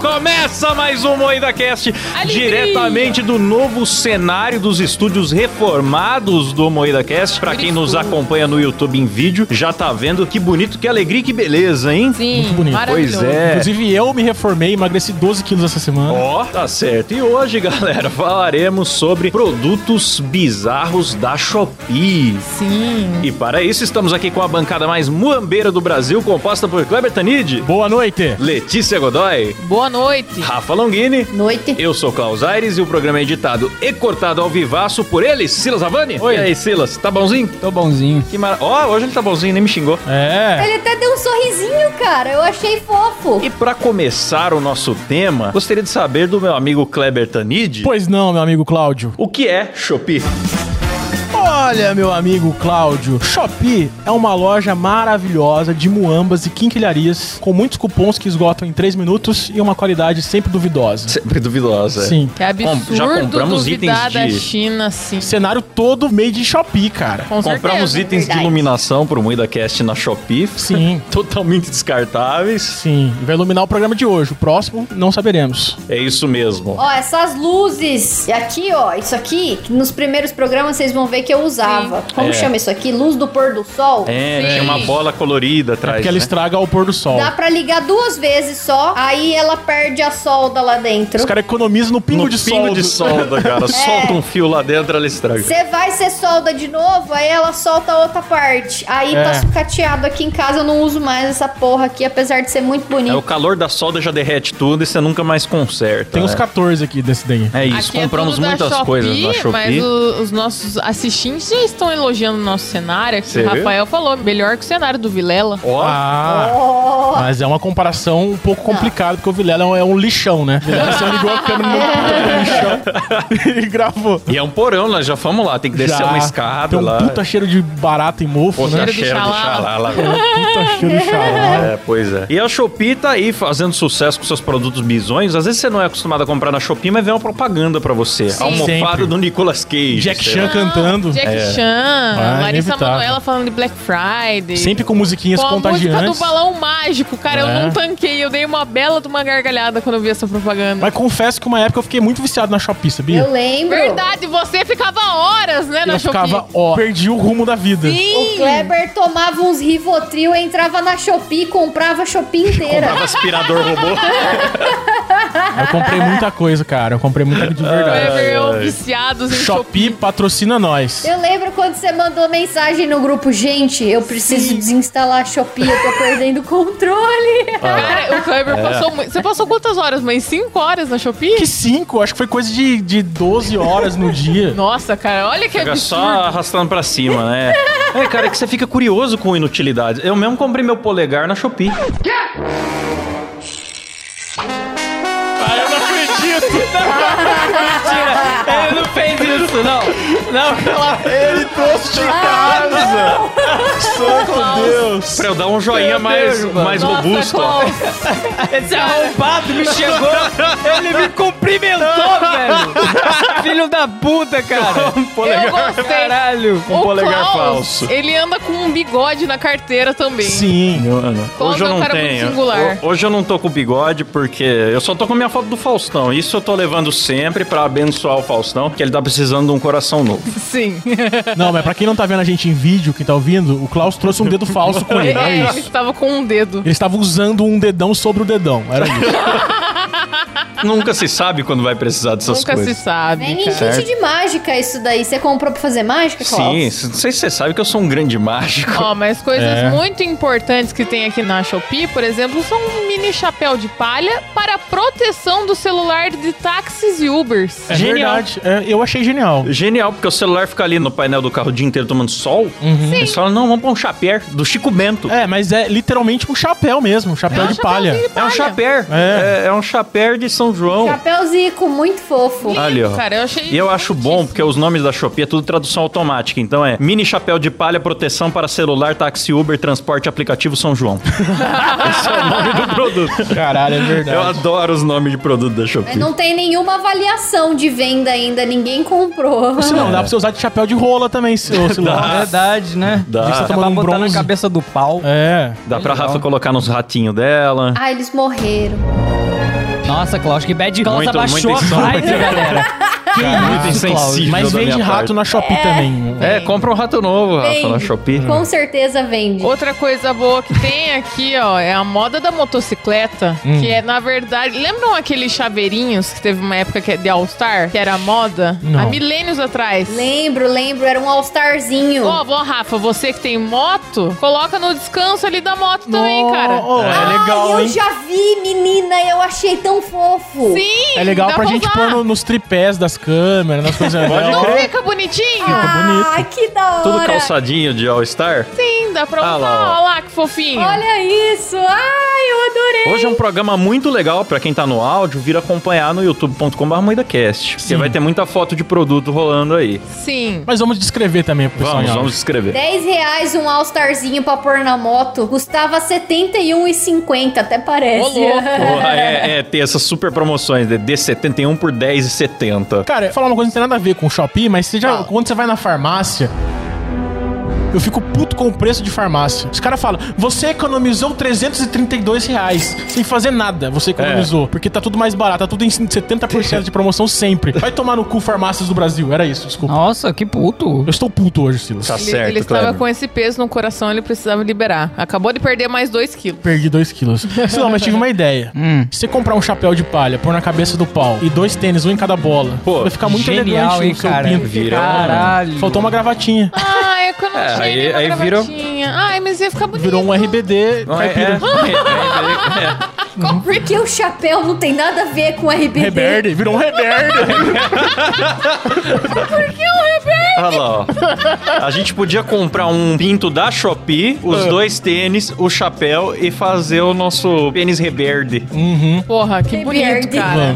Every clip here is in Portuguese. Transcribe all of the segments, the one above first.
Começa mais um Moída Cast, Alegria. diretamente do novo cenário dos estúdios reformados do Moída Cast. Pra quem nos acompanha no YouTube em vídeo, já tá vendo que bonito, que alegria, que beleza, hein? Sim, Muito bonito. Pois maravilhoso. é. Inclusive, eu me reformei, emagreci 12 quilos essa semana. Ó, tá certo. E hoje, galera, falaremos sobre produtos bizarros da Shopee. Sim. E para isso, estamos aqui com a bancada mais muambeira do Brasil, composta por Kleber Tanid, Boa noite! Letícia Godoy, Boa noite. Rafa Longini. Noite. Eu sou Klaus Aires e o programa é editado e cortado ao vivaço por ele, Silas Avani. Oi. E aí, Silas, tá bonzinho? Tô bonzinho. Que mara... Ó, hoje ele tá bonzinho, nem me xingou. É. Ele até deu um sorrisinho, cara. Eu achei fofo. E pra começar o nosso tema, gostaria de saber do meu amigo Kleber Tanid Pois não, meu amigo Cláudio. o que é Shopee. Olha, meu amigo Cláudio, Shopee é uma loja maravilhosa de muambas e quinquilharias, com muitos cupons que esgotam em 3 minutos e uma qualidade sempre duvidosa. Sempre duvidosa. Sim. Que absurdo já compramos duvidar itens da de- China, sim. Cenário todo made in Shopee, cara. Com Compramos certeza. itens de verdade. iluminação pro MuidaCast na Shopee. Sim. Totalmente descartáveis. Sim, vai iluminar o programa de hoje. O próximo, não saberemos. É isso mesmo. Ó, essas luzes. E aqui, ó, isso aqui, que nos primeiros programas vocês vão ver que eu usava. Como É. chama isso aqui? Luz do pôr do sol? É, Sim. tinha uma bola colorida atrás. É Porque ela né? estraga ao pôr do sol. Dá pra ligar duas vezes só, aí ela perde a solda lá dentro. Os caras economizam no pingo No de pingo sol. de do- solda, cara. Solta um fio lá dentro, ela estraga. Você vai ser solda de novo, aí ela solta a outra parte. Aí É. tá sucateado aqui em casa, eu não uso mais essa porra aqui, apesar de ser muito É, o bonito. calor da solda já derrete tudo e você nunca mais conserta. Tem uns né? 14 aqui desse daí. É Aqui isso, é compramos tudo da muitas Shopee, coisas na Shopee. Mas o- os nossos assistentes já estão elogiando o nosso cenário. Aqui Cê o viu? Rafael falou, melhor que o cenário do Vilela. Ó, Ah, Ó, Mas é uma comparação um pouco complicada, porque o Vilela é um- é um lixão, né? Vilela só ligou a câmera no é um lixão e gravou. e é um porão, nós já fomos lá, tem que descer Já uma escada Tem um lá. puta cheiro de barata e mofo, Pô, tá né? cheiro de xalala. É um puta cheiro de xalala. É, pois é. E a Shopee tá aí fazendo sucesso com seus produtos bizonhos. Às vezes você não é acostumado a comprar na Shopee, mas vem uma propaganda pra você. Sim. A almofada Sempre. do Nicolas Cage. Jack sei Chan lá. cantando. Jack É. Chan, Ah, Larissa inevitável. Manoela falando de Black Friday. Sempre com musiquinhas com a música do contagiantes. balão mágico, cara, eu É. não tanquei, eu dei uma bela de uma gargalhada quando eu vi essa propaganda. Mas confesso que uma época eu fiquei muito viciado na Shopee, sabia? eu lembro. Verdade, você ficava horas, né, na eu Shopee. ficava, ó, perdi o rumo da vida. O Sim. Kleber tomava uns Rivotril, entrava na Shopee e comprava a Shopee inteira. Comprava aspirador robô. Eu comprei muita coisa, cara. Eu comprei muita coisa de verdade. Kleber, eu ai. viciados em Shopee patrocina nós. Eu lembro quando você mandou mensagem no grupo, gente, eu preciso desinstalar a Shopee, eu tô perdendo o controle. Ah. Cara, o É. Kleber passou muito. Você passou quantas horas, mãe? Cinco horas na Shopee? Que 5, acho que foi coisa de, de 12 horas no dia. Nossa, cara, olha que Fica É absurdo. só arrastando pra cima, né? É, cara, é que você fica curioso com inutilidade. Eu mesmo comprei meu polegar na Shopee. Ah, eu não acredito! Mentira! Ele não fez isso, não! Não, pela Ele trouxe de casa! Santo Deus! Pra eu dar um joinha mais, mais Nossa, robusto. é ó. Klaus. Esse arrombado me chegou, ele me cumprimentou, velho. Filho da puta, cara. Um Eu polegar. gostei. Caralho. Um o polegar Klaus, falso. Ele anda com um bigode na carteira também. Sim, Klaus Hoje eu é um não cara muito tenho. singular. Ho- Hoje eu não tô com bigode porque eu só tô com a minha foto do Faustão. Isso eu tô levando sempre pra abençoar o Faustão, que ele tá precisando de um coração novo. Sim. não, mas pra quem não tá vendo a gente em vídeo, quem tá ouvindo, o Klaus trouxe um dedo falso com ele, É, é ele isso. estava com um dedo. Ele estava usando um dedão sobre o dedão, era isso. Nunca se sabe quando vai precisar dessas Nunca coisas. se sabe. Vem cara. enchente de mágica isso daí. Você comprou pra fazer mágica, Klaus? Sim, c- não sei se você sabe que eu sou um grande mágico. Ó, mas coisas É. muito importantes que tem aqui na Shopee, por exemplo, são um mini chapéu de palha para proteção do celular de táxis e Ubers. É Genial. verdade, é, eu achei genial. Genial, porque o celular fica ali no painel do carro o dia inteiro tomando sol. Uhum. Eles falam, não, vamos pôr um chaper do Chico Bento. É, mas é literalmente um chapéu mesmo, um chapéu É um de palha. chapéuzinho de É um chaper. É. É, é um chaper de São João. Chapeuzico, muito fofo. Lindo, Ali, ó. Cara, eu achei E eu acho bom, porque os nomes da Shopee é tudo tradução automática. Então é mini chapéu de palha, proteção para celular, táxi Uber, transporte aplicativo São João. Esse é o nome do produto. Caralho, é Eu verdade. adoro os nomes de produto da Mas Shopee. Não tem nenhuma avaliação de venda ainda, ninguém comprou. Se não, dá pra você usar de chapéu de rola também, se, ô, se Dá. Verdade, né? Dá. Dá pra Tomando um botar bronze. na cabeça do pau. É. Dá pra Legal. Rafa colocar nos ratinhos dela. Ah, eles morreram. Nossa, Cláudio, que bad. Klaus Muito- abaixou a muito vibe, insano. galera. Que muito isso, Klaus. insensível. Mas da vende minha rato parte. na Shopee também. É, compra um rato novo, Rafa, na Vende. Shopee. Com certeza vende. Outra coisa boa que tem aqui, ó, é a moda da motocicleta, Hum. que é, na verdade, lembram aqueles chaveirinhos que teve uma época que é de All Star, que era moda? Não. Há milênios atrás. Lembro, lembro, era um all-starzinho. Ó, vó Rafa, você que tem moto, coloca no descanso ali da moto também, cara. Oh, é legal, Ai, eu hein? já vi, menina, eu achei tão fofo. Sim! É legal dá pra gente usar. pôr no- nos tripés das câmeras, nas coisas. É Pode Não, crer. Fica bonitinho? Ah, que da hora. Tudo calçadinho de All-Star. Sim, dá pra Ah, usar. lá, ó. Olha lá que fofinho. Olha isso. Ai, eu adorei. Hoje é um programa muito legal pra quem tá no áudio vir acompanhar no youtube.com.br MoidaCast. Porque vai ter muita foto de produto rolando aí. Sim. Mas vamos descrever também pro pessoal. Vamos, em áudio. vamos escrever. 10 reais um all-starzinho pra pôr na moto. Custava R$ 71,50, até parece. Ô, louco. Porra, é, é, tem essas super promoções de D71 por 10,70. Cara, falar uma coisa que não tem nada a ver com o Shopee, mas você já, Fala. quando você vai na farmácia. Eu fico puto com o preço de farmácia. Os caras falam, você economizou 332 reais sem fazer nada. É. Você economizou. Porque tá tudo mais barato, tá tudo em 70% de promoção sempre. Vai tomar no cu farmácias do Brasil. Era isso, desculpa. Nossa, que puto. Eu estou puto hoje, Silas. Tá Ele, certo, ele estava Kleber. com esse peso no coração, ele precisava liberar. Acabou de perder mais 2 quilos. Perdi 2 quilos. Silas, mas tive uma ideia. Hum. Se você comprar um chapéu de palha, pôr na cabeça do pau e dois tênis, um em cada bola, Pô, vai ficar muito elegante Genial, hein, no seu cara. pinto. Virou. um- Caralho. Faltou uma gravatinha. Ah, é que eu não É, tinha aí- nenhuma aí virou- gravatinha. Ai, mas ia ficar bonito. Virou um RBD Não, é- caipira. é- é- é- é- Porque o chapéu não tem nada a ver com RBD. Reberde, virou um reberde. Olha lá, ó. A gente podia comprar um pinto da Shopee, Ah. os dois tênis, o chapéu e fazer o nosso pênis reberde. Hum. Porra, que Que bonito, verde. cara.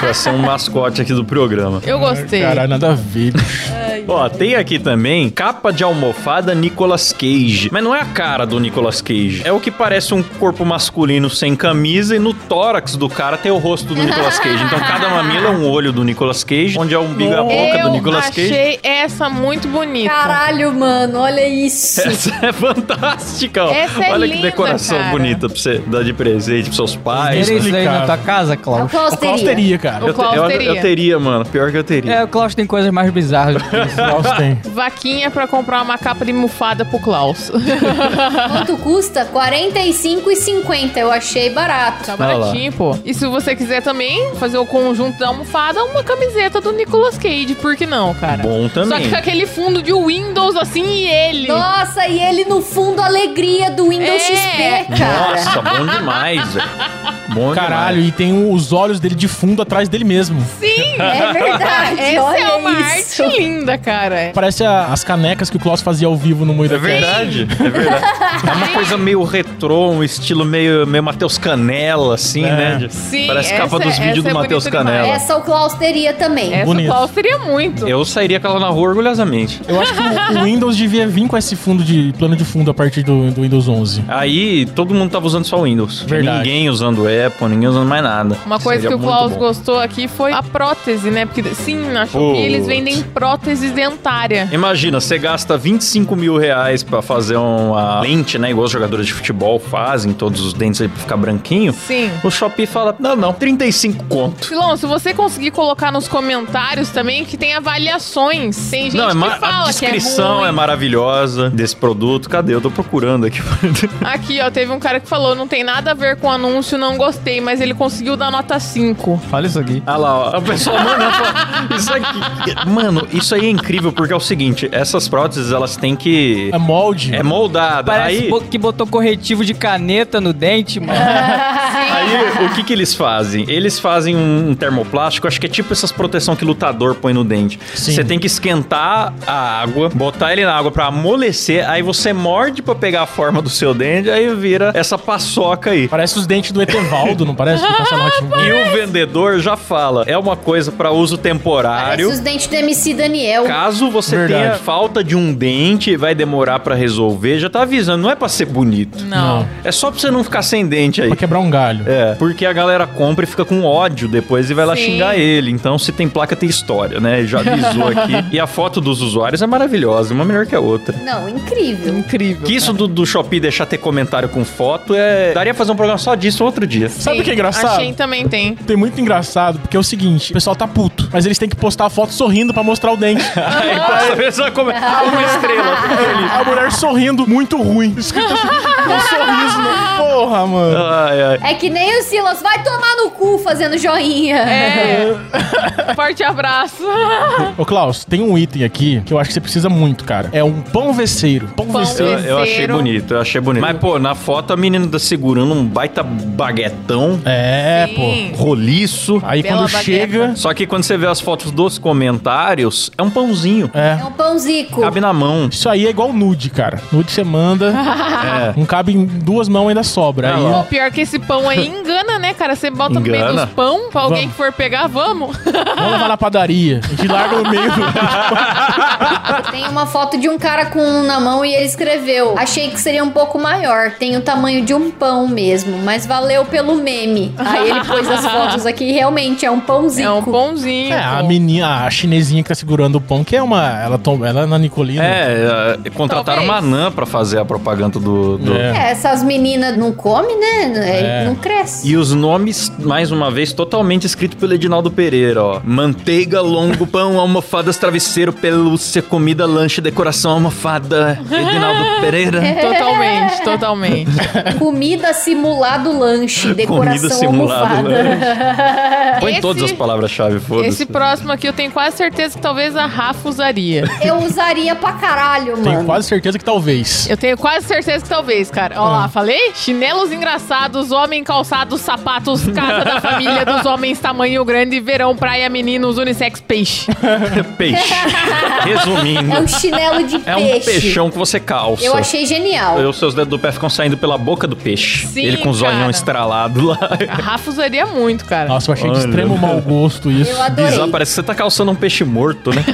Pra ser um mascote aqui do programa. Eu gostei. Caralho, nada a ver. bicho. Ó, tem aqui também capa de almofada Nicolas Cage. Mas não é a cara do Nicolas Cage. É o que parece um corpo masculino sem camisa e no tórax do cara tem o rosto do Nicolas Cage. Então cada mamilo é um olho do Nicolas Cage, onde é um umbigo é a boca do Eu Nicolas Cage. achei essa muito bonita. Caralho, mano, olha isso. Essa é fantástica, ó. Essa é Olha que linda, decoração cara. bonita pra você dar de presente pros seus pais. Teria isso aí na explicável. tua casa, É o Klaus? Klaus O Klaus teria. teria, cara. O Eu, te- Klaus eu- teria. eu teria, mano. Pior que eu teria. É, o Klaus tem coisas mais bizarras do que isso. O Klaus tem. Vaquinha pra comprar uma capa de mufada pro Klaus. Quanto custa? R$ 45,50. Eu achei barato. Tá Olha lá. baratinho, pô. E se você quiser também fazer o conjunto da almofada, uma camiseta do Nicolas Cage, por que não, cara? Bom Só que também. com aquele fundo de Windows assim e ele. Nossa, e ele no fundo, a alegria do Windows É. XP, cara. Nossa, bom demais, velho. Bom Caralho, demais. e tem o- os olhos dele de fundo atrás dele mesmo. Sim! É verdade, Essa olha é uma isso. arte linda, cara. Parece a- as canecas que o Klaus fazia ao vivo no Moída É verdade, é verdade. É uma coisa meio retrô, um estilo meio, meio Matheus Canela, assim, É. né? De- Sim, Parece essa- capa dos essa vídeos é do Matheus bonita Canela. demais. Essa o Klaus teria também. Essa Bonito. Klaus seria muito. Eu sairia com ela na rua orgulhosamente. Eu acho que o, o Windows devia vir com esse fundo de plano de fundo a partir do, do Windows 11. Aí todo mundo tava usando só o Windows. Verdade. Ninguém usando Apple, ninguém usando mais nada. Uma coisa Seria que o muito Klaus bom. gostou aqui foi a prótese, né? Porque sim, na Shopee Putz. eles vendem prótese dentária. Imagina, você gasta 25 mil reais pra fazer uma lente, né? Igual os jogadores de futebol fazem, todos os dentes aí pra ficar branquinho. Sim. O Shopee fala, não, não, 35 conto. Filon, se você conseguir colocar nos comentários também que tem avaliações. Tem gente não, é ma- que fala a descrição que é, é ruim. maravilhosa desse produto. Cadê? Eu tô procurando aqui. Aqui, ó, teve um cara que falou, não tem nada a ver com o anúncio, não gostei, mas ele conseguiu dar nota 5. Fala isso aqui. Ah lá, ó. A pessoa, mano, ela fala, isso aqui. Mano, isso aí é incrível, porque é o seguinte: essas próteses, elas têm que. É molde. É moldada. Parece aí, É. bo- que botou corretivo de caneta no dente, mano. aí, o que que eles fazem? Eles fazem um, um termoplástico, acho que é tipo essas proteção que lutador põe no dente. Sim. Você tem que esquentar a água, botar ele na água pra amolecer, aí você morde pra pegar a forma do seu dente, aí vira essa paçoca aí. Parece os dentes do Etevaldo, não parece? Do Castelotti. E o vendedor já fala, é uma coisa pra uso Parece temporário. os dentes do MC Daniel. Caso você Verdade. tenha falta de um dente, vai demorar pra resolver, já tá avisando, não é pra ser bonito. Não. É só pra você não ficar sem dente aí. pra quebrar um galho. É. ideia, porque a galera compra e fica com ódio depois e vai lá Sim. xingar ele. Então, se tem placa, tem história, né? Já avisou aqui. E a foto dos usuários é maravilhosa, uma melhor que a outra. Não, incrível. Incrível. Que isso do, do Shopee deixar ter comentário com foto é. Daria pra fazer um programa só disso outro dia. Sabe o que é engraçado? A Shein também tem. Tem muito engraçado, porque é o seguinte, o pessoal tá puto, mas eles têm que postar a foto sorrindo pra mostrar o dente. Aí tá, passa a pessoa come... ah, uma estrela. tô feliz. a mulher sorrindo, muito ruim. Escrito assim, com um sorriso, né? Porra, mano. Ai, ai. É que nem o Silas, vai tomar no cu fazendo joinha. É. Forte abraço. Ô, Klaus, tem um item aqui que eu acho que você precisa muito, cara. É um pão veceiro. Pão, Pão Eu, veceiro. veceiro. eu achei bonito, eu achei bonito. Mas, pô, na foto a menina tá segurando um baita baguetão É, Sim. roliço. pô. Aí Bela quando bagueta. chega... Só que quando você vê as fotos dos comentários, é um pãozinho. É um pãozico. Cabe na mão. Isso aí é igual nude, cara. Nude você manda, É. não cabe em duas mãos ainda sobra. Não, Aí, Pô, pior que esse pão aí engana, né, cara? Você bota no meio Engana. dos pão pra alguém Vamos. que for pegar, vamos. vamos levar na padaria. A gente larga no meio do... Tem uma foto de um cara com um na mão e ele escreveu: Achei que seria um pouco maior, tem o tamanho de um pão mesmo, mas valeu pelo meme. Aí ele pôs as fotos aqui e realmente é um pãozinho. É um pãozinho. É, a pô. menina, a chinesinha que tá segurando o pão, que é uma... Ela, tom... ela é na Nicolina. É, é, contrataram Talvez. uma anã pra fazer a propaganda do. do- É. É, essas meninas não comem, né? É. É, Não cresce. E os nomes, mais uma vez, totalmente escrito pelo Edinaldo Pereira, ó. Manteiga, longo, pão, almofadas, travesseiro, pelúcia, comida, lanche, decoração, almofada. Edinaldo Pereira. Totalmente, totalmente. Comida simulado lanche, decoração simulado almofada. Põe Esse- todas as palavras-chave, foda-se. Esse próximo aqui eu tenho quase certeza que talvez a Rafa usaria. Eu usaria pra caralho, mano. Tenho quase certeza que talvez. Eu tenho quase certeza que talvez, cara. Ó Ah. lá, falei? Chinelos engraçados, homem calçado, sapatos, casa da família dos homens, tamanho grande, verão, praia, meninos, unissex, peixe. Peixe. Resumindo, É um chinelo de é um peixe. peixão que você calça. Eu achei genial. Os seus dedos do pé ficam saindo pela boca do peixe. Sim, Ele com os cara. olhão estralado lá. A Rafa usaria muito, Ah, cara. Nossa, eu achei Olha. de extremo mau gosto isso. Eu adorei. Bizarro, parece que você tá calçando um peixe morto, né?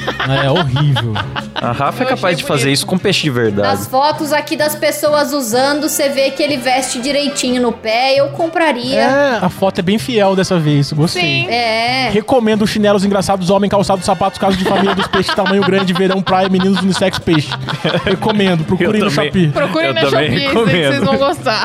É horrível. A Rafa é Eu capaz achei de fazer bonito. isso com peixe de verdade. Nas fotos aqui das pessoas usando, você vê que ele veste direitinho no pé. Eu compraria. É, a foto é bem fiel dessa vez. Gostei. Sim. É. Recomendo os chinelos engraçados, homem calçado, sapatos, caso de família dos peixes, tamanho grande, verão, praia, meninos unissex, peixe. Recomendo, procurem Eu no também. Shopee. Procurem Eu na também Shopee, isso aí que vocês recomendo. vão gostar.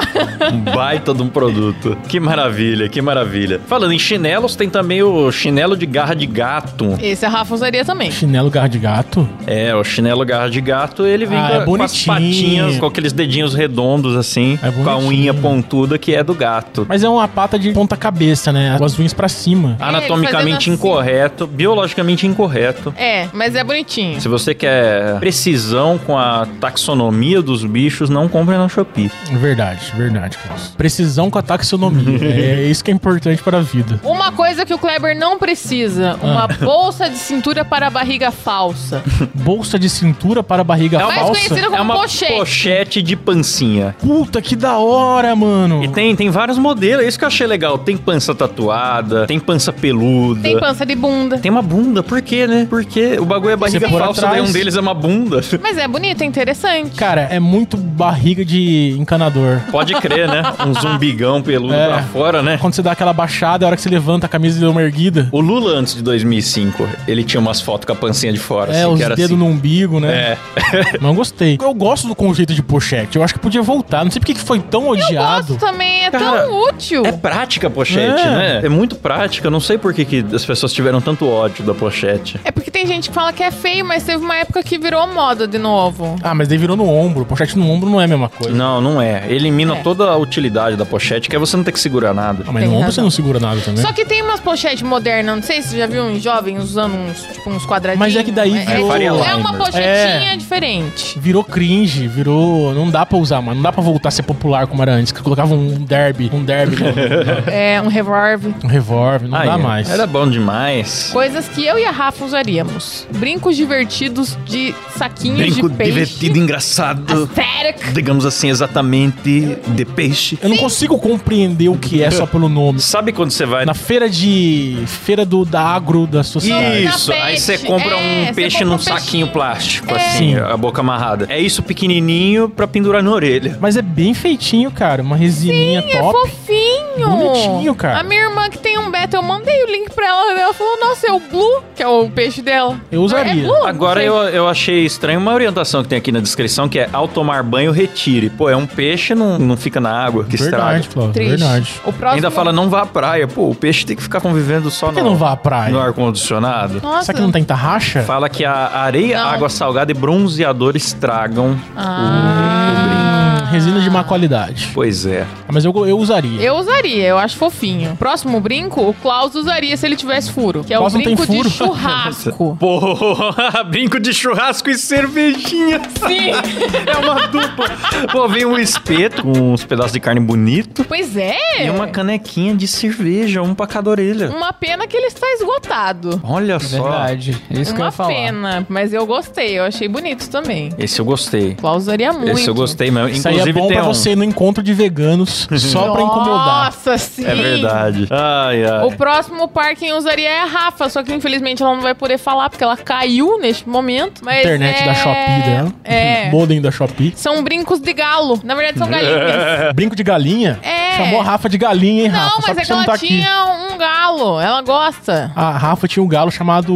Um baita de um produto. Que maravilha, que maravilha. Falando em chinelos, tem também o chinelo de garra de gato. Esse a Rafa usaria também. Chinelo garra de gato? É, o chinelo garra de gato, ele vem Ah, com, é a- com as bonitinho. patinhas, com aqueles dedinhos redondos assim, É com a bonitinho. unha pontuda que é do gato. Mas é uma pata de ponta cabeça, né? Com as unhas pra cima. É, Anatomicamente fazendo assim. incorreto, biologicamente incorreto. É, mas é bonitinho. Se você quer precisão com a taxonomia dos bichos, não compre na Shopee. Verdade, verdade, Klaus. Precisão com a taxonomia. é isso que é importante para a vida. Uma coisa que o Kleber não precisa: Ah. uma bolsa de cintura para a barriga falsa. Bolsa de cintura para barriga mais falsa. conhecida como é uma pochete. pochete de pancinha. Puta, que da hora, mano. E tem, tem vários modelos, é isso que eu achei legal. Tem pança tatuada, tem pança peluda. Tem pança de bunda. Tem uma bunda, por quê, né? Porque o bagulho é barriga por falsa, atrás- daí um deles é uma bunda. Mas é bonito, é interessante. Cara, é muito barriga de encanador. Pode crer, né? Um zumbigão peludo É. pra fora, né? Quando você dá aquela baixada, é a hora que você levanta a camisa e deu uma erguida. O Lula, antes de 2005, ele tinha umas fotos com a pancinha de fora, É, assim, os que era dedos assim. no umbigo, né? É, Não gostei. Eu gosto do conceito de pochete. Eu acho que podia voltar. Não sei porque que foi tão odiado. Nossa, também é Cara, tão útil. é prática a pochete, É. né? É muito prática. Eu Não sei por que, que as pessoas tiveram tanto ódio da pochete. É porque tem gente que fala que é feio, mas teve uma época que virou moda de novo. Ah, mas daí virou no ombro. Pochete no ombro não é a mesma coisa. Não, não é. Elimina É. toda a utilidade da pochete, que é você não ter que segurar nada. Ah, mas Tem no ombro razão. você não segura nada também. Só que tem umas pochetes modernas, não sei se você já viu um jovem usando uns, tipo, uns quadradinhos. Mas é que daí É, virou- é, É, é uma pochetinha diferente. Virou cringe, virou. Não dá pra usar, mano. Não dá pra voltar a ser popular como era antes. Que colocava um derby, um derby, no- É, um revólver. um revólver, não Ah, dá é. mais. Era bom demais. Coisas que eu e a Rafa usaríamos. Brincos divertidos de saquinhos Brinco de peixe. divertido, engraçado. Aesthetic. Digamos assim, exatamente, de peixe. Eu não consigo compreender o que é só pelo nome. Sabe quando você vai Na feira feira de. Feira do, da agro da sua cidade. Isso, aí você Tapete. compra É, um você peixe compra num um peixinho. saquinho plástico, É. assim, Sim. a boca amarrada. É isso pequenininho pra pendurar na orelha. Mas é bem feitinho, cara. Uma resininha É top. fofinho. Bonitinho, cara. A minha irmã que tem um beta, eu mandei o link pra ela. Ela falou, nossa, é o Blue, que é o peixe dela. Eu usaria. É Blue? Agora Não sei. eu, eu achei estranho uma orientação que tem aqui na descrição, que é ao tomar banho, retire. Pô, é um peixe, não, não fica na água, que verdade, estraga. Flávio. Triste. Verdade. O próximo... é Ainda fala, não vá à praia. Pô, o peixe tem que ficar convivendo só Por que no, não vá à praia? no ar-condicionado. Nossa. Será que não tá em tarraxa? Fala que a areia, Não. água salgada e bronzeador estragam Ah. Hum, resina de má qualidade. Ah, o... Pois é. Mas eu, eu usaria. Eu usaria, eu acho fofinho. Próximo brinco, o Klaus usaria se ele tivesse furo. Que é o Klaus não tem brinco de furo. churrasco. Porra, brinco de churrasco e cervejinha. Sim. É uma dupla. Pô, vem um espeto com uns pedaços de carne bonito Pois é. e uma canequinha de cerveja, um pra cada orelha. Uma pena que ele está esgotado. Olha só. Verdade. É isso que eu Uma ia falar. pena, mas eu gostei, eu achei bonito também. Esse eu gostei. O Klaus usaria muito. Esse eu gostei mesmo. Isso aí Inclusive é bom tem pra um... você ir no encontro de veganos só pra incomodar. Nossa, sim. É verdade. Ai, ai. O próximo par quem usaria é a Rafa, só que infelizmente ela não vai poder falar porque ela caiu neste momento. Mas Internet é... da Shopee dela. Uhum. É. Modem da Shopee. São brincos de galo. Na verdade, são galinhas. Brinco de galinha? É. Chamou a Rafa de galinha, hein, Rafa? Não, só mas que é que você não ela tá aqui. tinha um galo. Ela gosta. A Rafa tinha um galo chamado.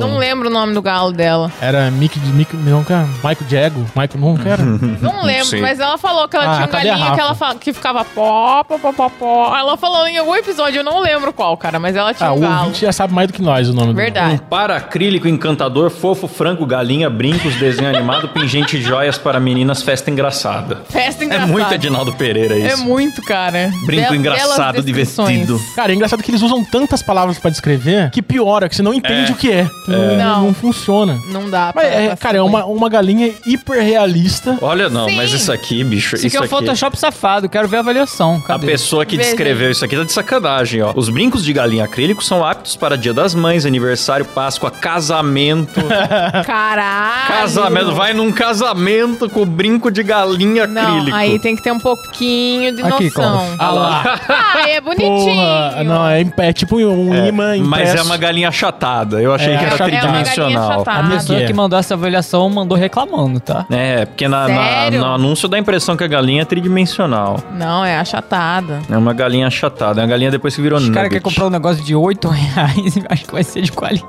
Não lembro o nome do galo dela. Era Mickey, Mickey, não, cara, Michael Diego, Michael não, é cara. Uhum. Não lembro, sei. mas ela falou que ela Ah, tinha um cadê a galinho que, Rafa? ela fa- que ficava pó, pó, pó, pó, pó. Ela falou em algum episódio, eu não lembro qual, cara, mas ela tinha Ah, um o galo. ouvinte já sabe mais do que nós o nome Um Verdade. paracrílico encantador, fofo, frango, galinha, brincos, desenho animado, pingente e joias para meninas, festa engraçada. Festa É engraçada. muito Edinaldo Pereira É isso. muito, cara. Brinco Be- engraçado, belas descrições. divertido. do. Cara, é engraçado que eles usam tantas palavras pra descrever que piora, que você não entende É. o que é. Não, Não. não funciona. Não dá pra... Mas, é, pra- cara, é uma, uma galinha hiperrealista. Olha, não, Sim. mas isso aqui, bicho, isso, Isso aqui é o aqui... Photoshop safado, quero ver a avaliação. A Cadê? pessoa que Veja. descreveu isso aqui tá de sacanagem, ó. Os brincos de galinha acrílico são aptos para dia das mães, aniversário, páscoa, casamento. Caralho. casamento, vai num casamento com brinco de galinha Não, acrílico. aí tem que ter um pouquinho de Aqui, noção. Klaus. Ah lá. Ah, é bonitinho. Porra. Não, é, é tipo um imã impresso. Mas é uma galinha achatada. Eu achei É, que era é uma galinha tridimensional. achatada. A pessoa Ah, que é. mandou essa avaliação mandou reclamando, tá? É, porque na, na- Sério? no anúncio dá a impressão que a galinha é tridimensional. Não, é achatada. É uma galinha achatada. É uma galinha depois que virou Os caras nugget. querem comprar um negócio de 8 reais e acho que vai ser de qualidade.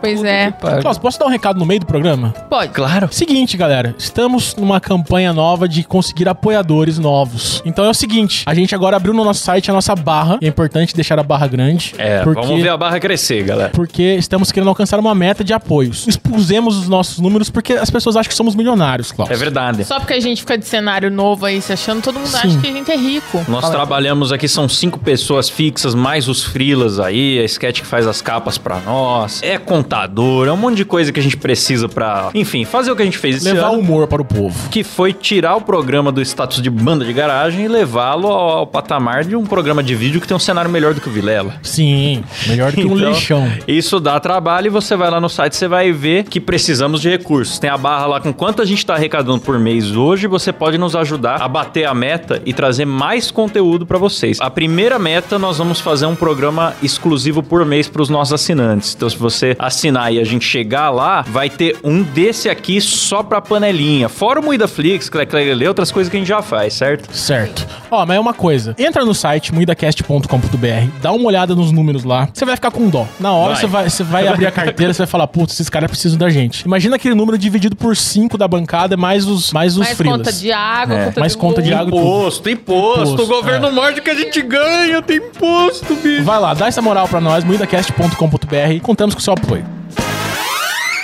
Pois é. Klaus, posso dar um recado no meio do programa? Pode. Claro. Seguinte, galera, estamos numa campanha nova de conseguir apoiadores novos. Então é o seguinte, a gente agora abriu no nosso site a nossa barra. É importante deixar a barra grande. É, vamos ver a barra crescer, galera. Porque estamos querendo alcançar uma meta de apoios. Expusemos os nossos números porque as pessoas acham que somos milionários, Klaus. É verdade. Só porque a gente fica de cenário novo aí se achando, todo mundo acha Sim. que a gente é rico. Nós trabalhamos aqui, são cinco pessoas fixas, mais os frilas aí, a Sketch que faz as capas pra nós, é contador, é um monte de coisa que a gente precisa pra, enfim, fazer o que a gente fez esse Levar o ano. humor para o povo. Que foi tirar o programa do status de banda de garagem e levá-lo ao, ao patamar de um programa de vídeo que tem um cenário melhor do que o Vilela. Sim, melhor que um Então, lixão. Isso dá trabalho e você vai lá no site, você vai ver que precisamos de recursos. Tem a barra lá com quanto a gente está arrecadando por mês hoje. Você pode nos ajudar a bater a meta e trazer mais conteúdo para vocês. A primeira meta, nós vamos fazer um programa exclusivo por mês para os nossos assinantes. Então, se você assinar e a gente chegar lá, vai ter um desse aqui só para panelinha. Fora o Moída Flix, Clé, Clé, Lê, Lê, outras coisas que a gente já faz, certo? Certo. Ó, mas é uma coisa. Entra no site muidacast.com.br, dá uma olhada nos números lá. Você vai ficar com dó. Na hora Vai. você vai, você vai abrir a carteira, você vai falar, putz, esses caras precisam da gente. Imagina aquele número dividido por 5 da bancada, mais os, mais os Mais frilas. conta de água, É. conta Mais de conta de luz. água. Imposto, imposto, O Imposto, governo é. morde que a gente ganha, tem imposto, bicho. Vai lá, dá essa moral pra nós, muidacast.com.br. Contamos com o seu apoio.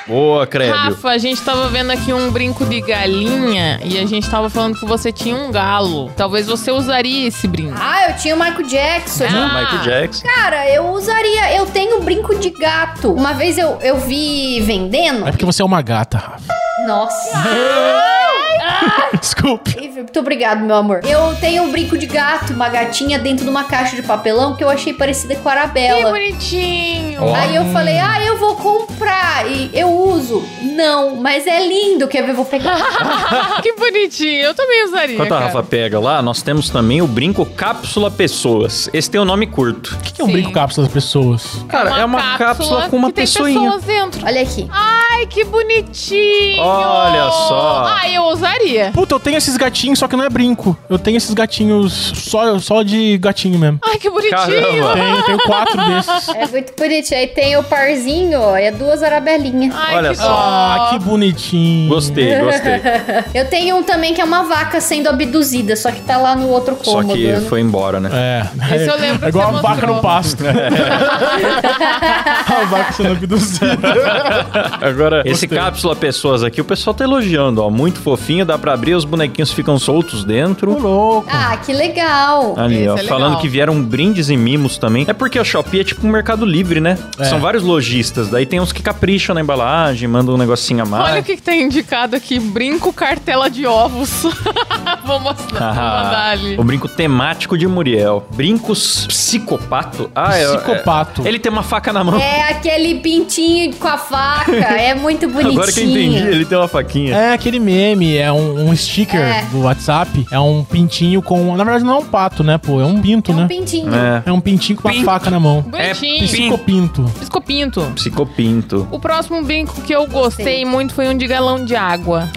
Boa, Crédio. Rafa, a gente tava vendo aqui um brinco de galinha e a gente tava falando que você tinha um galo. Talvez você usaria esse brinco. Ah, eu tinha o Michael Jackson. Ah. Michael Jackson. Cara, eu usaria. Eu tenho um brinco de gato. Uma vez eu, eu vi vendendo. É porque você é uma gata, Rafa. Nossa. Desculpe. Ih, Muito obrigado, meu amor. Eu tenho um brinco de gato, uma gatinha dentro de uma caixa de papelão que eu achei parecida com a Que Arabella. bonitinho. Ó. Aí eu falei, ah, eu vou comprar e eu uso. Não, mas é lindo, quer ver? Eu vou pegar. Ah, que bonitinho. Eu também usaria, Enquanto a cara. Rafa pega lá, nós temos também o brinco Cápsula Pessoas. Esse tem o nome curto. O que, que é um Sim. brinco cápsula das pessoas? Cara, é uma cápsula, com uma que tem pessoinha. pessoas dentro. Olha aqui. Ai, que bonitinho. Olha só. Ah, eu usaria. Puta, eu tenho esses gatinhos, só que não é brinco. Eu tenho esses gatinhos só, só de gatinho mesmo. Ai, que bonitinho. Caramba. Tenho, tenho quatro desses. É muito bonitinho. Aí tem o parzinho, ó, é duas arabelinhas. Ai, Olha que só. Ah, que bonitinho. Gostei, gostei. Eu tenho um também que é uma vaca sendo abduzida, só que tá lá no outro Só cômodo. que né? foi embora, né? É. Esse eu lembro É que igual você a vaca mostrou. no pasto. né? a vaca sendo abduzida. Agora, esse Gostei. cápsula pessoas aqui, o pessoal tá elogiando, ó. Muito fofinho, dá pra abrir, os bonequinhos ficam soltos Ô, dentro. louco. Ah, que legal. Ali, Hum, Esse ó. é legal. falando que vieram brindes e mimos também. É porque a Shopee é tipo um mercado livre, né? É. São vários lojistas. Daí tem uns que capricham na embalagem, mandam um negocinho a Ah, mais. é. Olha o que, que tem indicado aqui: brinco cartela de ovos. Vou mostrar, vou Ah, mandar ali. Ah, o brinco temático de Muriel. Brincos psicopato? Ah, é- Psicopato. é- ele tem uma faca na mão. É aquele pintinho com a faca. é muito bonitinho. Agora que eu entendi, ele tem uma faquinha. É aquele meme, é um, um sticker É. do WhatsApp. É um pintinho com. Na verdade, não é um pato, né, pô? É um pinto, É né? um pintinho. É. É um pintinho com uma Pinto. faca na mão. É Bonitinho. Pinto. Psicopinto. Piscopinto. Psicopinto. O próximo brinco que eu gostei muito foi um de galão de água.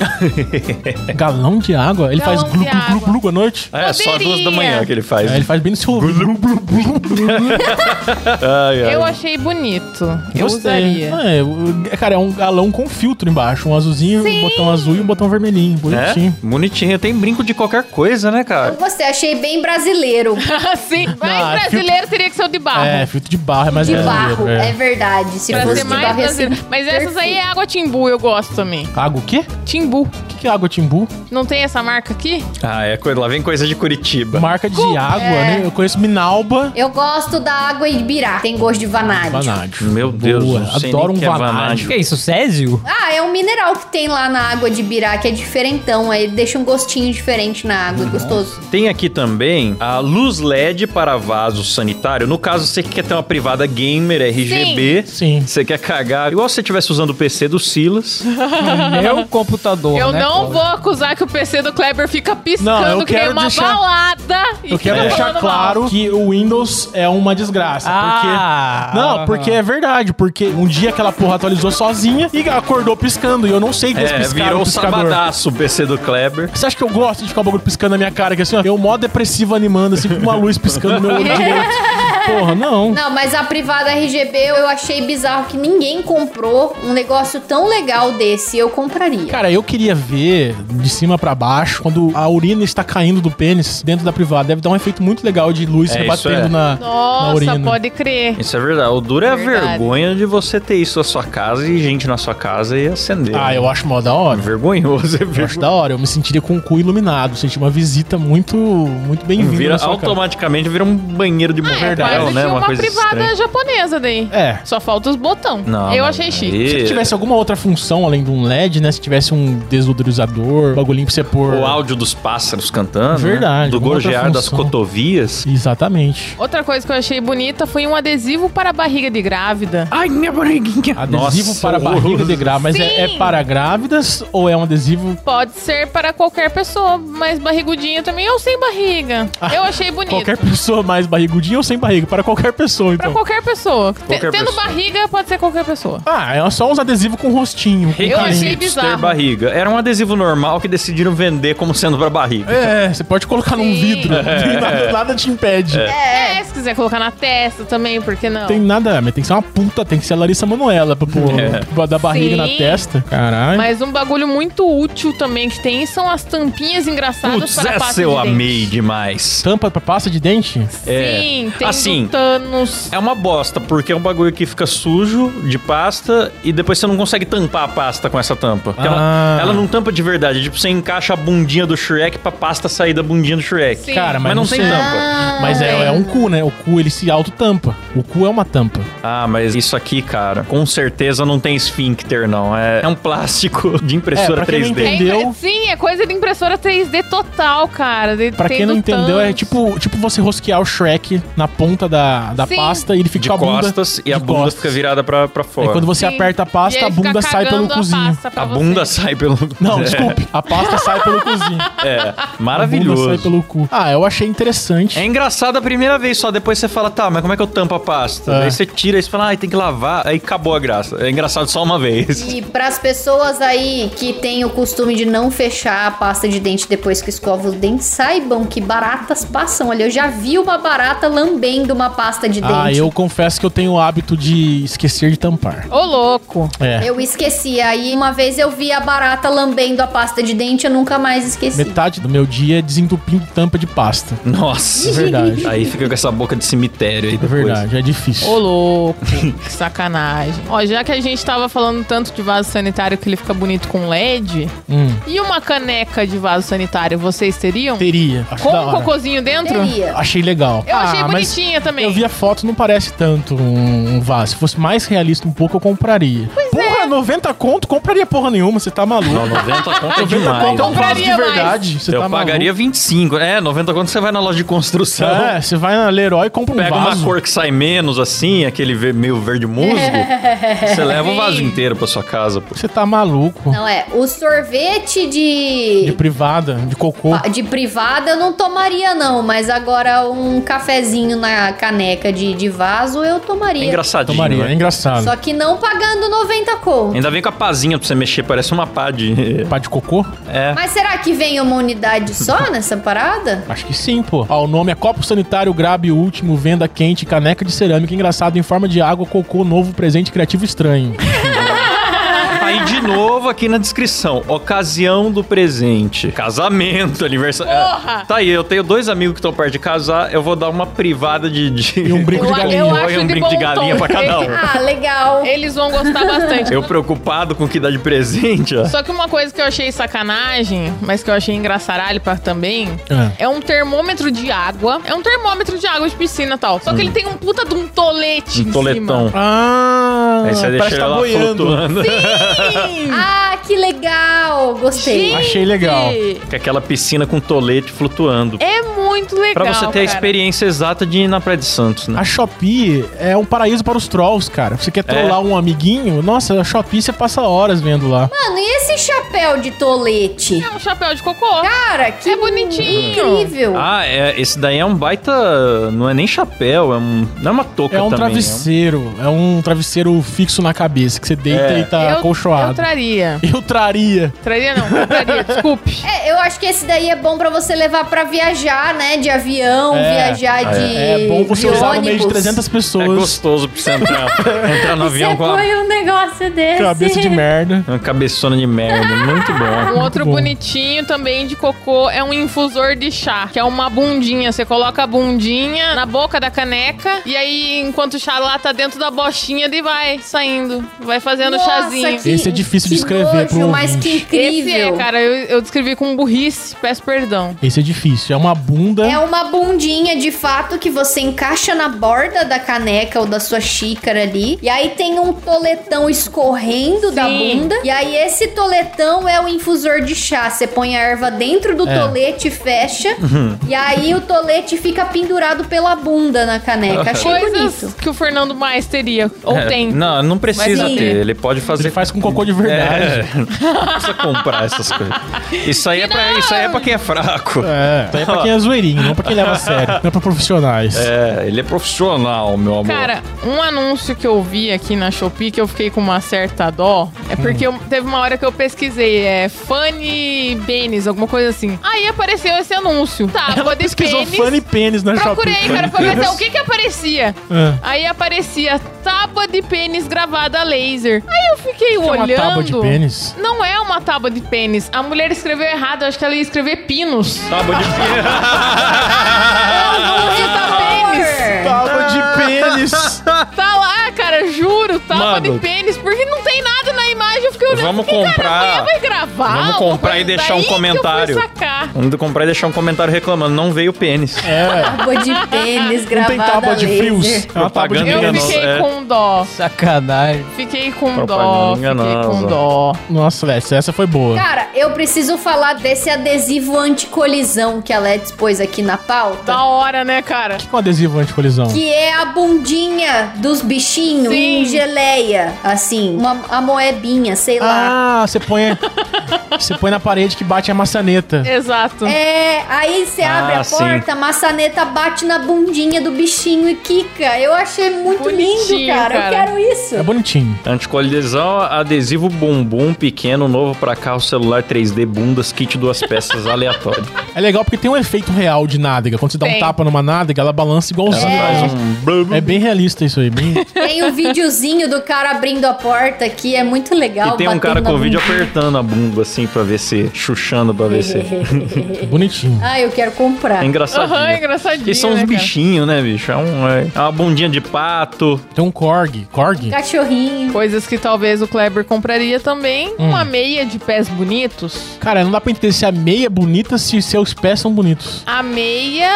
É Galão de água? Ele Galão faz glu, de glu, glu, água. glu à noite? É, só Poderia. duas da manhã que ele faz. É, ele faz bem no seu ouvido. Ai, ai. Eu achei bonito. Eu Gostei. usaria. É, o- cara, é um galão com filtro embaixo. Um azulzinho, um botão azul e um botão vermelhinho. É? Bonitinho. Bonitinho. Tem brinco de qualquer coisa, né, Eu cara? gostei, achei bem brasileiro. Sim, mas Ah, Não, brasileiro teria que ser o de barro. É, filtro de barro, é mais de brasileiro, barro, é. verdade. Se Pra fosse ser de mais barro, ia ser brasileiro. Mas essas aí é perfeito. água timbu, eu gosto também. Água o quê? Timbu. O que, que é água timbu? Não tem essa marca aqui? Ah, é coisa. Lá vem coisa de Curitiba. Marca de água, É. né? Eu conheço Minalba. Eu gosto da água Ibirá. Tem gosto de vanádio. Vanádio. Meu Deus, não sei Adoro nem um que é vanádio. vanádio. Que é isso, Césio? Ah, é um mineral que tem lá na água de Ibirá, que é diferentão. Aí deixa um gostinho diferente na água, é gostoso. Tem aqui também a luz LED para vaso sanitário. No caso, você que quer ter uma privada gamer, RGB. Sim. Você quer cagar. Igual se você estivesse usando o PC do Silas. No meu computador, eu né, não pô? vou acusar que o PC do Kleber fica Não, piscando eu que tem quero uma deixar- balada. e Eu quero fica deixar falando claro mal. que o Windows é uma desgraça. Ah, porque... Não, aham. porque é verdade. Porque um dia aquela porra atualizou sozinha e acordou piscando. E eu não sei É, despiscar virou o o um piscador. sabadaço o PC do Kleber. Você acha que eu gosto de ficar o bagulho piscando na minha cara? Que assim, ó, eu mó depressivo animando, assim, com uma luz piscando no meu olho direito. Porra, não. Não, mas a privada RGB eu achei bizarro que ninguém comprou um negócio tão legal desse. Eu compraria. Cara, eu queria ver de cima pra baixo quando a urina está caindo do pênis dentro da privada. Deve dar um efeito muito legal de luz É, isso batendo é. na, na urina. Nossa, pode crer. Isso é verdade. O duro é a Verdade. vergonha de você ter isso na sua casa e gente na sua casa e acender. Ah, eu acho mó da É hora. Vergonhoso, é Eu acho vergonhoso. da hora. Eu me sentiria com o cu iluminado. Senti uma visita muito, muito bem-vinda. Vira, um na sua casa. automaticamente vira um banheiro de Ah, é Quase motel, que né? uma, Uma coisa privada estranha. japonesa daí. É. Só falta os botão. Não, eu mas achei aí- chique. E- Se tivesse alguma outra função além de um LED, né? Se tivesse um desodorizador, um bagulhinho pra você pôr. O áudio dos pássaros cantando. né? Verdade, Do uma outra gorjear das função. cotovias. Exatamente. Outra coisa que eu achei bonita foi um adesivo para barriga de grávida. Ai, minha barriguinha. Adesivo Nossa, para barriga horroroso. de grávida. Mas é, é Sim. para grávidas ou é um adesivo? Pode ser para qualquer pessoa, mas barrigudinha também ou sem barriga. eu achei bonito. Ah, Qualquer pessoa mais barrigudinha ou sem barriga? Para qualquer pessoa, Pra então. qualquer pessoa. Te- Qualquer Tendo pessoa. barriga, pode ser qualquer pessoa. Ah, é só uns adesivos com rostinho. com Eu achei carinho. Requisitos ter bizarro. barriga. Era um adesivo normal que decidiram vender como sendo pra barriga. É, você pode colocar num Sim. vidro. É. Nada, nada te impede. É. se quiser colocar na testa também, por que não? Tem nada, mas tem que ser uma puta, tem que ser a Larissa Manoela pra pôr É. pra dar barriga na Sim. testa. Caralho. Mas um bagulho muito útil também que tem são as tampinhas engraçadas Putz, é para pasta essa de eu dente. amei demais. Tampa pra pasta de dente? Sim, tem assim, assim, Thanos. é uma bosta, porque é um bagulho que fica sujo de pasta e depois você não consegue tampar a pasta com essa tampa. Porque Ah. Ela, ela não tampa de verdade. Tipo, você encaixa a bundinha do Shrek pra pasta sair da bundinha do Shrek. Sim. Ah, Cara, Mas, não, tem sei. tampa. Mas é, é um cu, né? O cu ele se auto-tampa. O cu é uma tampa. Ah, mas isso aqui, cara, com certeza não tem esfíncter, não. É, é um plástico de impressora É, pra quem não 3D. É Entendeu? impre- Sim, é coisa de impressora 3D total, cara. De- Pra tem quem do não entendeu, é Thanos. tipo, tipo você rosquear o Shrek na ponta da, da Sim. pasta e ele fica de com a bunda. costas e de a bunda costas. fica virada pra, pra Aí fora. quando você Sim. aperta a E pasta, a aí fica bunda sai pelo cagando a cozinho. pasta pra A você. bunda sai pelo. Não, É, desculpe. A pasta sai pelo cozinho. A É, bunda sai maravilhoso. pelo cu. Ah, eu achei interessante. É engraçado a primeira vez, só depois você fala, tá, mas como é que eu tampo a pasta? É. Aí você tira e você fala, ai, tem que lavar. Aí acabou a graça. É engraçado só uma vez. E pras pessoas aí que têm o costume de não fechar a pasta de dente depois que escova os dentes, saibam que baratas passam. Olha, eu já vi uma barata lambendo uma pasta É de dente. Ah, eu confesso que eu tenho o hábito de esquecer de tampar. Ô, louco. É. Eu esqueci. Aí uma vez eu vi a barata lambendo a pasta de dente, eu nunca mais esqueci. Metade do meu dia é desentupindo tampa de pasta. Nossa. É verdade. Aí fica com essa boca de cemitério aí É depois. verdade, é Ô, difícil. louco. que sacanagem. Ó, já que a gente tava falando tanto de vaso sanitário que ele fica bonito com LED, Hum, e uma caneca de vaso sanitário, vocês teriam? teria. Acho Com da um hora. cocôzinho dentro? Teria. Achei legal. Eu achei Ah, mas bonitinha também. Eu vi a foto, não parece tanto um, um vaso. Se fosse mais realista um pouco, eu compraria. porra, é. 90 conto? Compraria porra nenhuma, você tá maluco. Não, 90 conto é 90 demais. conto é um vaso de Compraria mais. verdade. Você eu tá pagaria 25. É, 90 conto você vai na loja de construção. maluco. É, você vai na Leroy e compra um Pega uma vaso. cor que sai menos, assim, aquele ve- meio verde musgo. Você leva o vaso Sim. inteiro pra sua casa, pô. Você tá maluco. Não é. O sorvete De de. privada, de cocô. De privada eu não tomaria, não, mas agora um cafezinho na caneca de, de vaso eu É tomaria. engraçadinho, Tomaria, é né? engraçado. Só que não pagando 90 conto. Ainda vem com a pazinha pra você mexer, parece uma pá de... Pá de cocô? É. Mas será que vem uma unidade só nessa parada? Acho que sim, pô. Ó, o nome é Copo Sanitário Grabe Último, Venda Quente, Caneca de Cerâmica, engraçado, em forma de água, cocô, novo, presente, criativo, estranho. Tá Aí, de novo, aqui na descrição. Ocasião do presente. Casamento, aniversário... Porra! É. Tá aí, eu tenho dois amigos que estão perto de casar, eu vou dar uma privada de... de... E um brinco Eu- de eu galinha. acho e um de brinco de bom galinha tom. pra cada um. Ah, legal. Eles vão gostar bastante. Eu preocupado com o que dá de presente, ó. Só que uma coisa que eu achei sacanagem, mas que eu achei engraçaralho pra também, Ah. é um termômetro de água. É um termômetro de água de piscina e tal. Só que ele tem um puta de um tolete Hum. Um em toletão. Ah, Aí você deixa ele parece que tá lá boiando. flutuando. cima. Ah, que legal. Gostei. Gente, Achei legal. Com aquela piscina com tolete flutuando. É muito legal, Pra você ter a cara. experiência exata de ir na Praia de Santos, né? A Shopee é um paraíso para os trolls, cara. É. Você quer trollar um amiguinho? Nossa, a Shopee você passa horas vendo lá. Mano, e esse chapéu de tolete? É um chapéu de cocô. Cara, que É bonitinho. Incrível. Ah, é, esse daí é um baita. Não é nem chapéu, é um. Não é uma touca É um também. travesseiro, é um travesseiro fixo na cabeça que você deita É. e tá eu, eu acolchoado. traria. Eu traria. Traria não, compraria, desculpe. É, eu acho que esse daí é bom pra você levar pra viajar, né? De avião, É, viajar de. É bom você de usar no meio ônibus. de 300 É, é pessoas. gostoso pra você entrar, entrar no é avião Você com uma, põe um negócio É desse. cabeça de merda. uma cabeçona de merda. é Muito Um bom. outro bom. bonitinho também de cocô é um infusor de chá, que é uma bundinha. Você coloca a bundinha na boca da caneca e aí, enquanto o chá lá tá dentro da bochinha, ele vai saindo, vai fazendo Nossa, chazinho. que- Esse é difícil de que escrever nojo, pro Mas que ouvinte. incrível. Esse é, cara, eu, eu descrevi com burrice, peço perdão. Esse é difícil. É uma bunda. É uma bundinha de fato que você encaixa na borda da caneca ou da sua xícara ali. E aí tem um toletão escorrendo da Sim. bunda. E aí esse toletão é o infusor de chá. Você põe a erva dentro do É. Uhum. tolete, fecha. e aí o tolete fica pendurado pela bunda na caneca. Achei Coisas bonito. que o Fernando mais teria, ou É, tem. Não, não precisa Mas sim. ter. Ele pode fazer. Ele faz com cocô de verdade. É, não precisa comprar essas coisas. Isso aí, é pra, isso aí é pra quem é fraco. É. Então é pra quem é zoeirinho, não pra quem leva a sério. Não é pra profissionais. É, ele é profissional, meu amor. Cara, um anúncio que eu vi aqui na Shopee que eu fiquei com uma certa dó é porque Hum. eu- teve uma hora que eu pesquisei, é Fanny Benes, alguma coisa assim. Aí apareceu esse anúncio. Tá, vou de Pesquisou pênis. fã e pênis na Shopee. Procurei, cara, pra ver é o que que aparecia. Ah. Aí aparecia tábua de pênis gravada a laser. Aí eu fiquei É uma olhando. tábua de pênis? Não é uma tábua de pênis. A mulher escreveu errado, eu acho que ela ia escrever pinos. Tábua de Ah, Ah! Não, não é tábua de pênis. Horror. É. Tábua de pênis. Tá lá, cara, juro, tava Mano. de pênis, porque não tem nada na imagem. Eu fiquei olhando. Vamos fiquei, cara, comprar- amanhã vai gravar. Vamos alguma comprar e coisa. deixar um Daí que eu fui comentário. sacar. Vamos comprar e deixar um comentário reclamando. Não veio pênis. É. Tábua de Não pênis tem gravada a tábua de laser. fios. É uma tábua de Propaganda Eu fios. enganosa. fiquei é. com dó. Sacanagem. Fiquei com dó. Propaganda Fiquei com enganosa. dó. Nossa, Leste, essa foi boa. Cara, eu preciso falar desse adesivo anticolisão que a Let's pôs aqui na pauta. Da hora, né, cara? Com adesivo anticolisão. Que é a bundinha dos bichinhos Sim. em geleia. Assim, uma amoebinha, sei lá. Ah, você põe. Você põe na parede que bate a maçaneta. Exato. É, aí você Ah, abre a sim. porta, a maçaneta bate na bundinha do bichinho e quica. Eu achei muito lindo, Bonitinho, cara. Eu cara. quero isso. É bonitinho. Anticolisão, adesivo bumbum pequeno, novo pra carro, celular 3D, bundas, kit duas peças aleatório. É legal porque tem um efeito real de nádega. Quando você dá um Tem. tapa numa nádega, ela balança igualzinho. Faz É, um blub. é bem realista isso aí. Bem... Tem um videozinho do cara abrindo a porta aqui, é muito legal. E tem um batendo cara na com o vídeo bundinha. apertando a bunda assim pra ver se. chuchando pra ver se. é bonitinho. Ah, eu quero É comprar. engraçadinho. Aham, engraçadinho, E são uns né, cara? bichinhos, né, bicho? É, um, é uma bundinha de pato. Tem um Korg. Korg? Cachorrinho. Coisas que talvez o Kleber compraria também. Hum. Uma meia de pés bonitos. Cara, não dá pra entender se a meia é bonita se seus pés são bonitos. A meia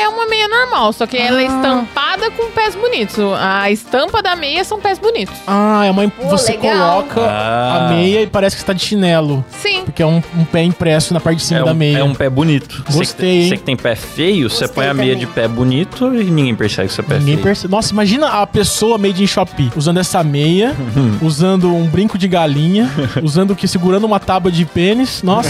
é uma meia normal, só que ela é estampada com pés bonitos. A estampa da meia são pés bonitos. Ah, é uma. você legal. coloca Ah. a meia e parece que está de chinelo. Sim. Porque é um, um pé impresso na parte de cima É da um, meia. é um pé bonito. Você que- Gostei, hein? Você que tem pé feio, você Gostei põe a meia também. de pé bonito e ninguém percebe que você é pé Ninguém feio. perce- Nossa, imagina a pessoa made in Shopee usando essa meia, usando um brinco de galinha, usando o que? Segurando uma tábua de pênis. Nossa,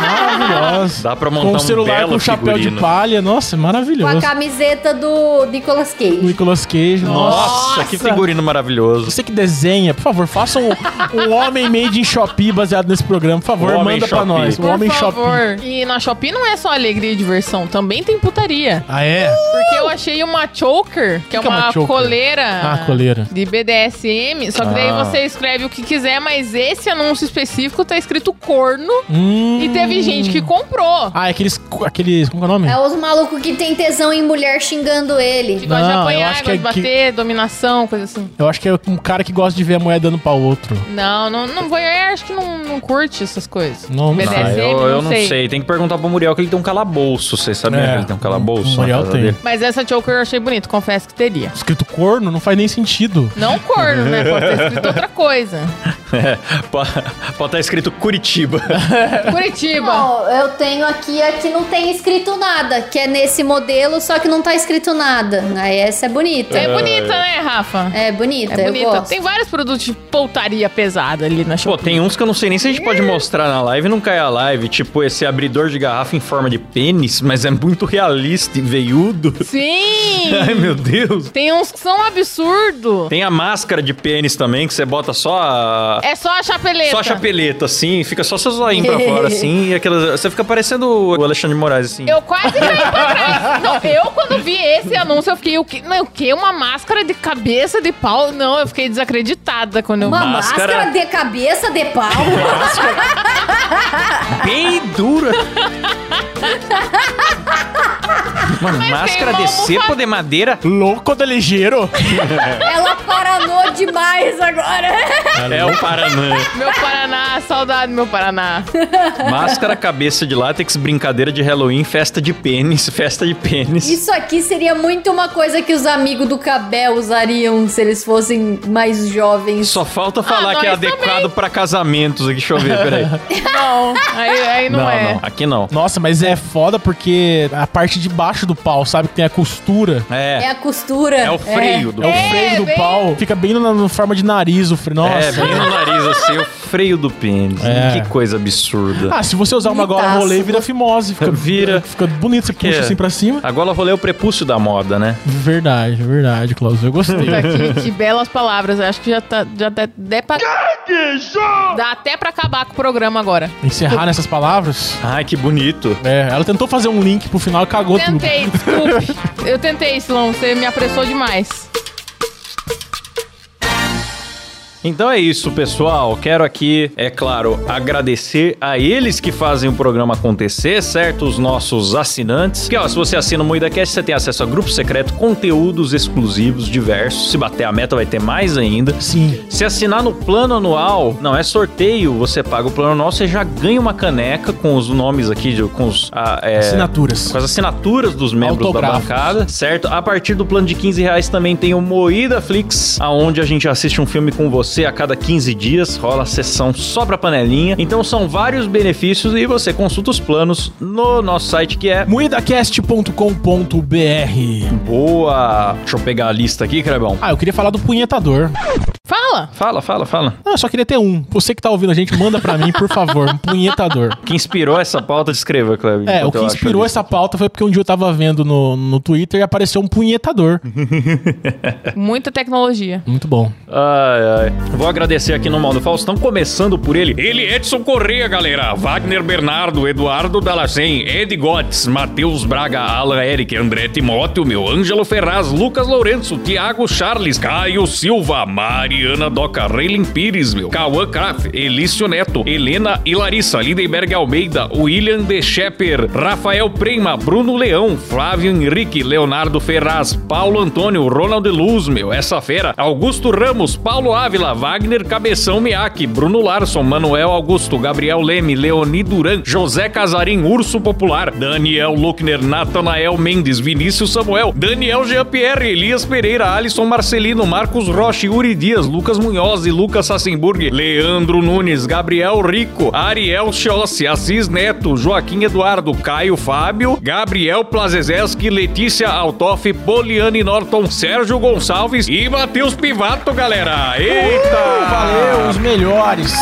maravilhosa. Dá pra Com montar um celular belo com chapéu de figurino. palha. Nossa, Com a maravilhoso. camiseta do Nicolas Cage. Nicolas Cage. Nossa, Nossa, que figurino maravilhoso. Você que desenha, por favor, faça um, um homem made in Shopee baseado nesse programa. Por favor, O homem manda pra Shopee. nós. Um Por homem Shopee. favor. E na Shopee não é só alegria e diversão, também tem putaria. Ah, é? Porque eu achei uma choker, que, é que é uma uma choker? coleira. Ah, coleira. De BDSM. Só que daí Ah. você escreve o que quiser, mas esse anúncio específico tá escrito corno. Hum. E teve gente que comprou. Ah, é aqueles. Aqueles. Como que é o nome? É os malucos que tem tesão em mulher xingando ele. Que gosta de Não, eu apanhar, acho gosta que é de bater, dominação, coisa assim. Eu acho que é um cara que gosta de ver a mulher dando pra outro. Não, não, não vou. Eu acho que não, não curte essas coisas. Não, não Ah, sei. BDSM, eu, eu não sei. Tem que perguntar pro Muriel que ele tem um calabouço. Vocês sabem É. que ele tem um calabouço? O na Muriel casa tem. dele? Mas essa choker eu achei bonito, confesso que teria. Escrito corno não faz nem sentido. Não corno, né? Pode ter escrito outra coisa. É, pode estar escrito Curitiba. Curitiba. Não, eu tenho aqui a que não tem escrito nada, que é nesse modelo, só que não tá escrito nada. Aí essa é bonita. É bonita, né, Rafa? É bonita, É eu bonita. gosto. Tem vários produtos de poutaria pesada ali na Pô, Shopee. tem uns que eu não sei nem se a gente pode mostrar na live e não cai a live. Tipo, esse abridor de garrafa em forma de pênis, mas é muito realista e veiudo. Ai, Sim! meu Deus. tem uns que são absurdo. Tem a máscara de pênis também, que você bota só a... É só a chapeleta. Só a chapeleta, assim, fica só seu zoinho pra fora, assim, e aquelas... Você fica parecendo o Alexandre de Moraes, assim. Eu quase caí pra trás. Não, eu quando vi esse anúncio, eu fiquei, o que? Não, o quê? Uma máscara de cabeça de pau? Não, eu fiquei desacreditada quando eu Uma vi. Máscara. máscara. de cabeça de pau. Bem dura. Uma máscara tem uma de cepo de madeira. Louco de ligeiro. Ela paranou demais agora. É o Paranã. Meu Paraná, saudade, meu Paraná. Máscara, cabeça de látex, brincadeira de Halloween, festa de pênis, festa de pênis. Isso aqui seria muito uma coisa que os amigos do Cabel usariam se eles fossem mais jovens. Só falta falar Ah, que é nós adequado pra casamentos aqui. Deixa eu ver, peraí. Não, aí, aí não, não, é. não, aqui não. Nossa, mas é foda porque a parte de baixo do pau, sabe? Que tem a costura. É É, a costura. é o freio do É o freio do bem- pau. Fica bem na, na forma de nariz o freio. É, Nossa. bem no nariz assim, o freio do pênis. É. Que coisa absurda. Ah, se você usar uma gola Bonitaço. rolê, vira fimose. Fica, Vira. Fica bonito, você puxa é. assim pra cima. Agora eu rolei o prepúcio da moda, né? Verdade, verdade, Klaus. Eu gostei. Puta, que, que belas palavras. Eu Acho que já tá. Já dá, dá pra. Dá até pra acabar com o programa agora. Encerrar nessas palavras. Ai, que bonito. É, ela tentou fazer um link pro final e cagou tudo. Tentei, desculpe. Eu tentei, Silão. Você me apressou demais. Então é isso, pessoal. Quero aqui, é claro, agradecer a eles que fazem o programa acontecer, certo? Os nossos assinantes. Que, ó, se você assina o MoidaCast, você tem acesso a grupo secreto, conteúdos exclusivos diversos. Se bater a meta, vai ter mais ainda. Sim. Se assinar no plano anual, não é sorteio, você paga o plano anual, você já ganha uma caneca com os nomes aqui, de- com os. a- é, Assinaturas. com as assinaturas dos membros da Autógrafos. bancada, certo? A partir do plano de 15 reais também tem o Moída Flix, aonde a gente assiste um filme com você a cada 15 dias, rola a sessão só pra panelinha. Então são vários benefícios e você consulta os planos no nosso site que é Moidacast.com.br boa. Deixa eu pegar a lista aqui, Crebão. Ah, eu queria falar do punhetador. Fala! Fala, fala, fala. Não, eu só queria ter um. Você que tá ouvindo a gente, manda pra mim, por favor. Um punhetador. O que inspirou essa pauta, descreva, Clebinho. É, o enquanto que eu acho inspirou a essa pauta foi porque um dia eu tava vendo no, no Twitter e apareceu um punhetador. Uhum. Muita tecnologia. Muito bom. Ai, ai. Vou agradecer aqui no Mal do Faustão, começando por ele. Ele, Edson Correia, galera. Wagner Bernardo, Eduardo Dalacen, Ed Gotts, Matheus Braga, Alan Eric, André Timóteo, meu Ângelo Ferraz, Lucas Lourenço, Thiago Charles, Caio Silva, Mariana Doca, Reiling Pires, meu. Cauã Kraft, Elício Neto, Helena e Larissa, Lindenberg Almeida, William De Shepper, Rafael Prema, Bruno Leão, Flávio Henrique, Leonardo Ferraz, Paulo Antônio, Ronald Luz, meu, essa fera, Augusto Ramos, Paulo Ávila, Wagner Cabeção Miaki, Bruno Larson, Manuel Augusto, Gabriel Leme, Leoni Duran, José Casarim, Urso Popular, Daniel Luckner, Natanael Mendes, Vinícius Samuel, Daniel Jean-Pierre, Elias Pereira, Alisson Marcelino, Marcos Rocha, Yuri Dias, Lucas Munhoz e Lucas Sassenburg, Leandro Nunes, Gabriel Rico, Ariel Chossi, Assis Neto, Joaquim Eduardo, Caio Fábio, Gabriel Plazezeski, Letícia Altoff, Poliane Norton, Sérgio Gonçalves e Matheus Pivato, galera. Eita! Valeu, os melhores.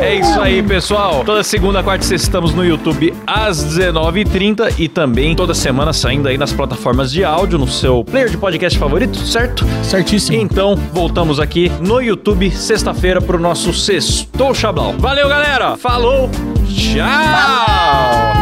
É isso aí, pessoal. Toda segunda, quarta e sexta estamos no YouTube às 19h30 e também toda semana saindo aí nas plataformas de áudio, no seu player de podcast favorito, certo? Certíssimo. Então, voltamos aqui no YouTube sexta-feira pro nosso Sextou Chablau. Valeu, galera! Falou! Tchau! Oh!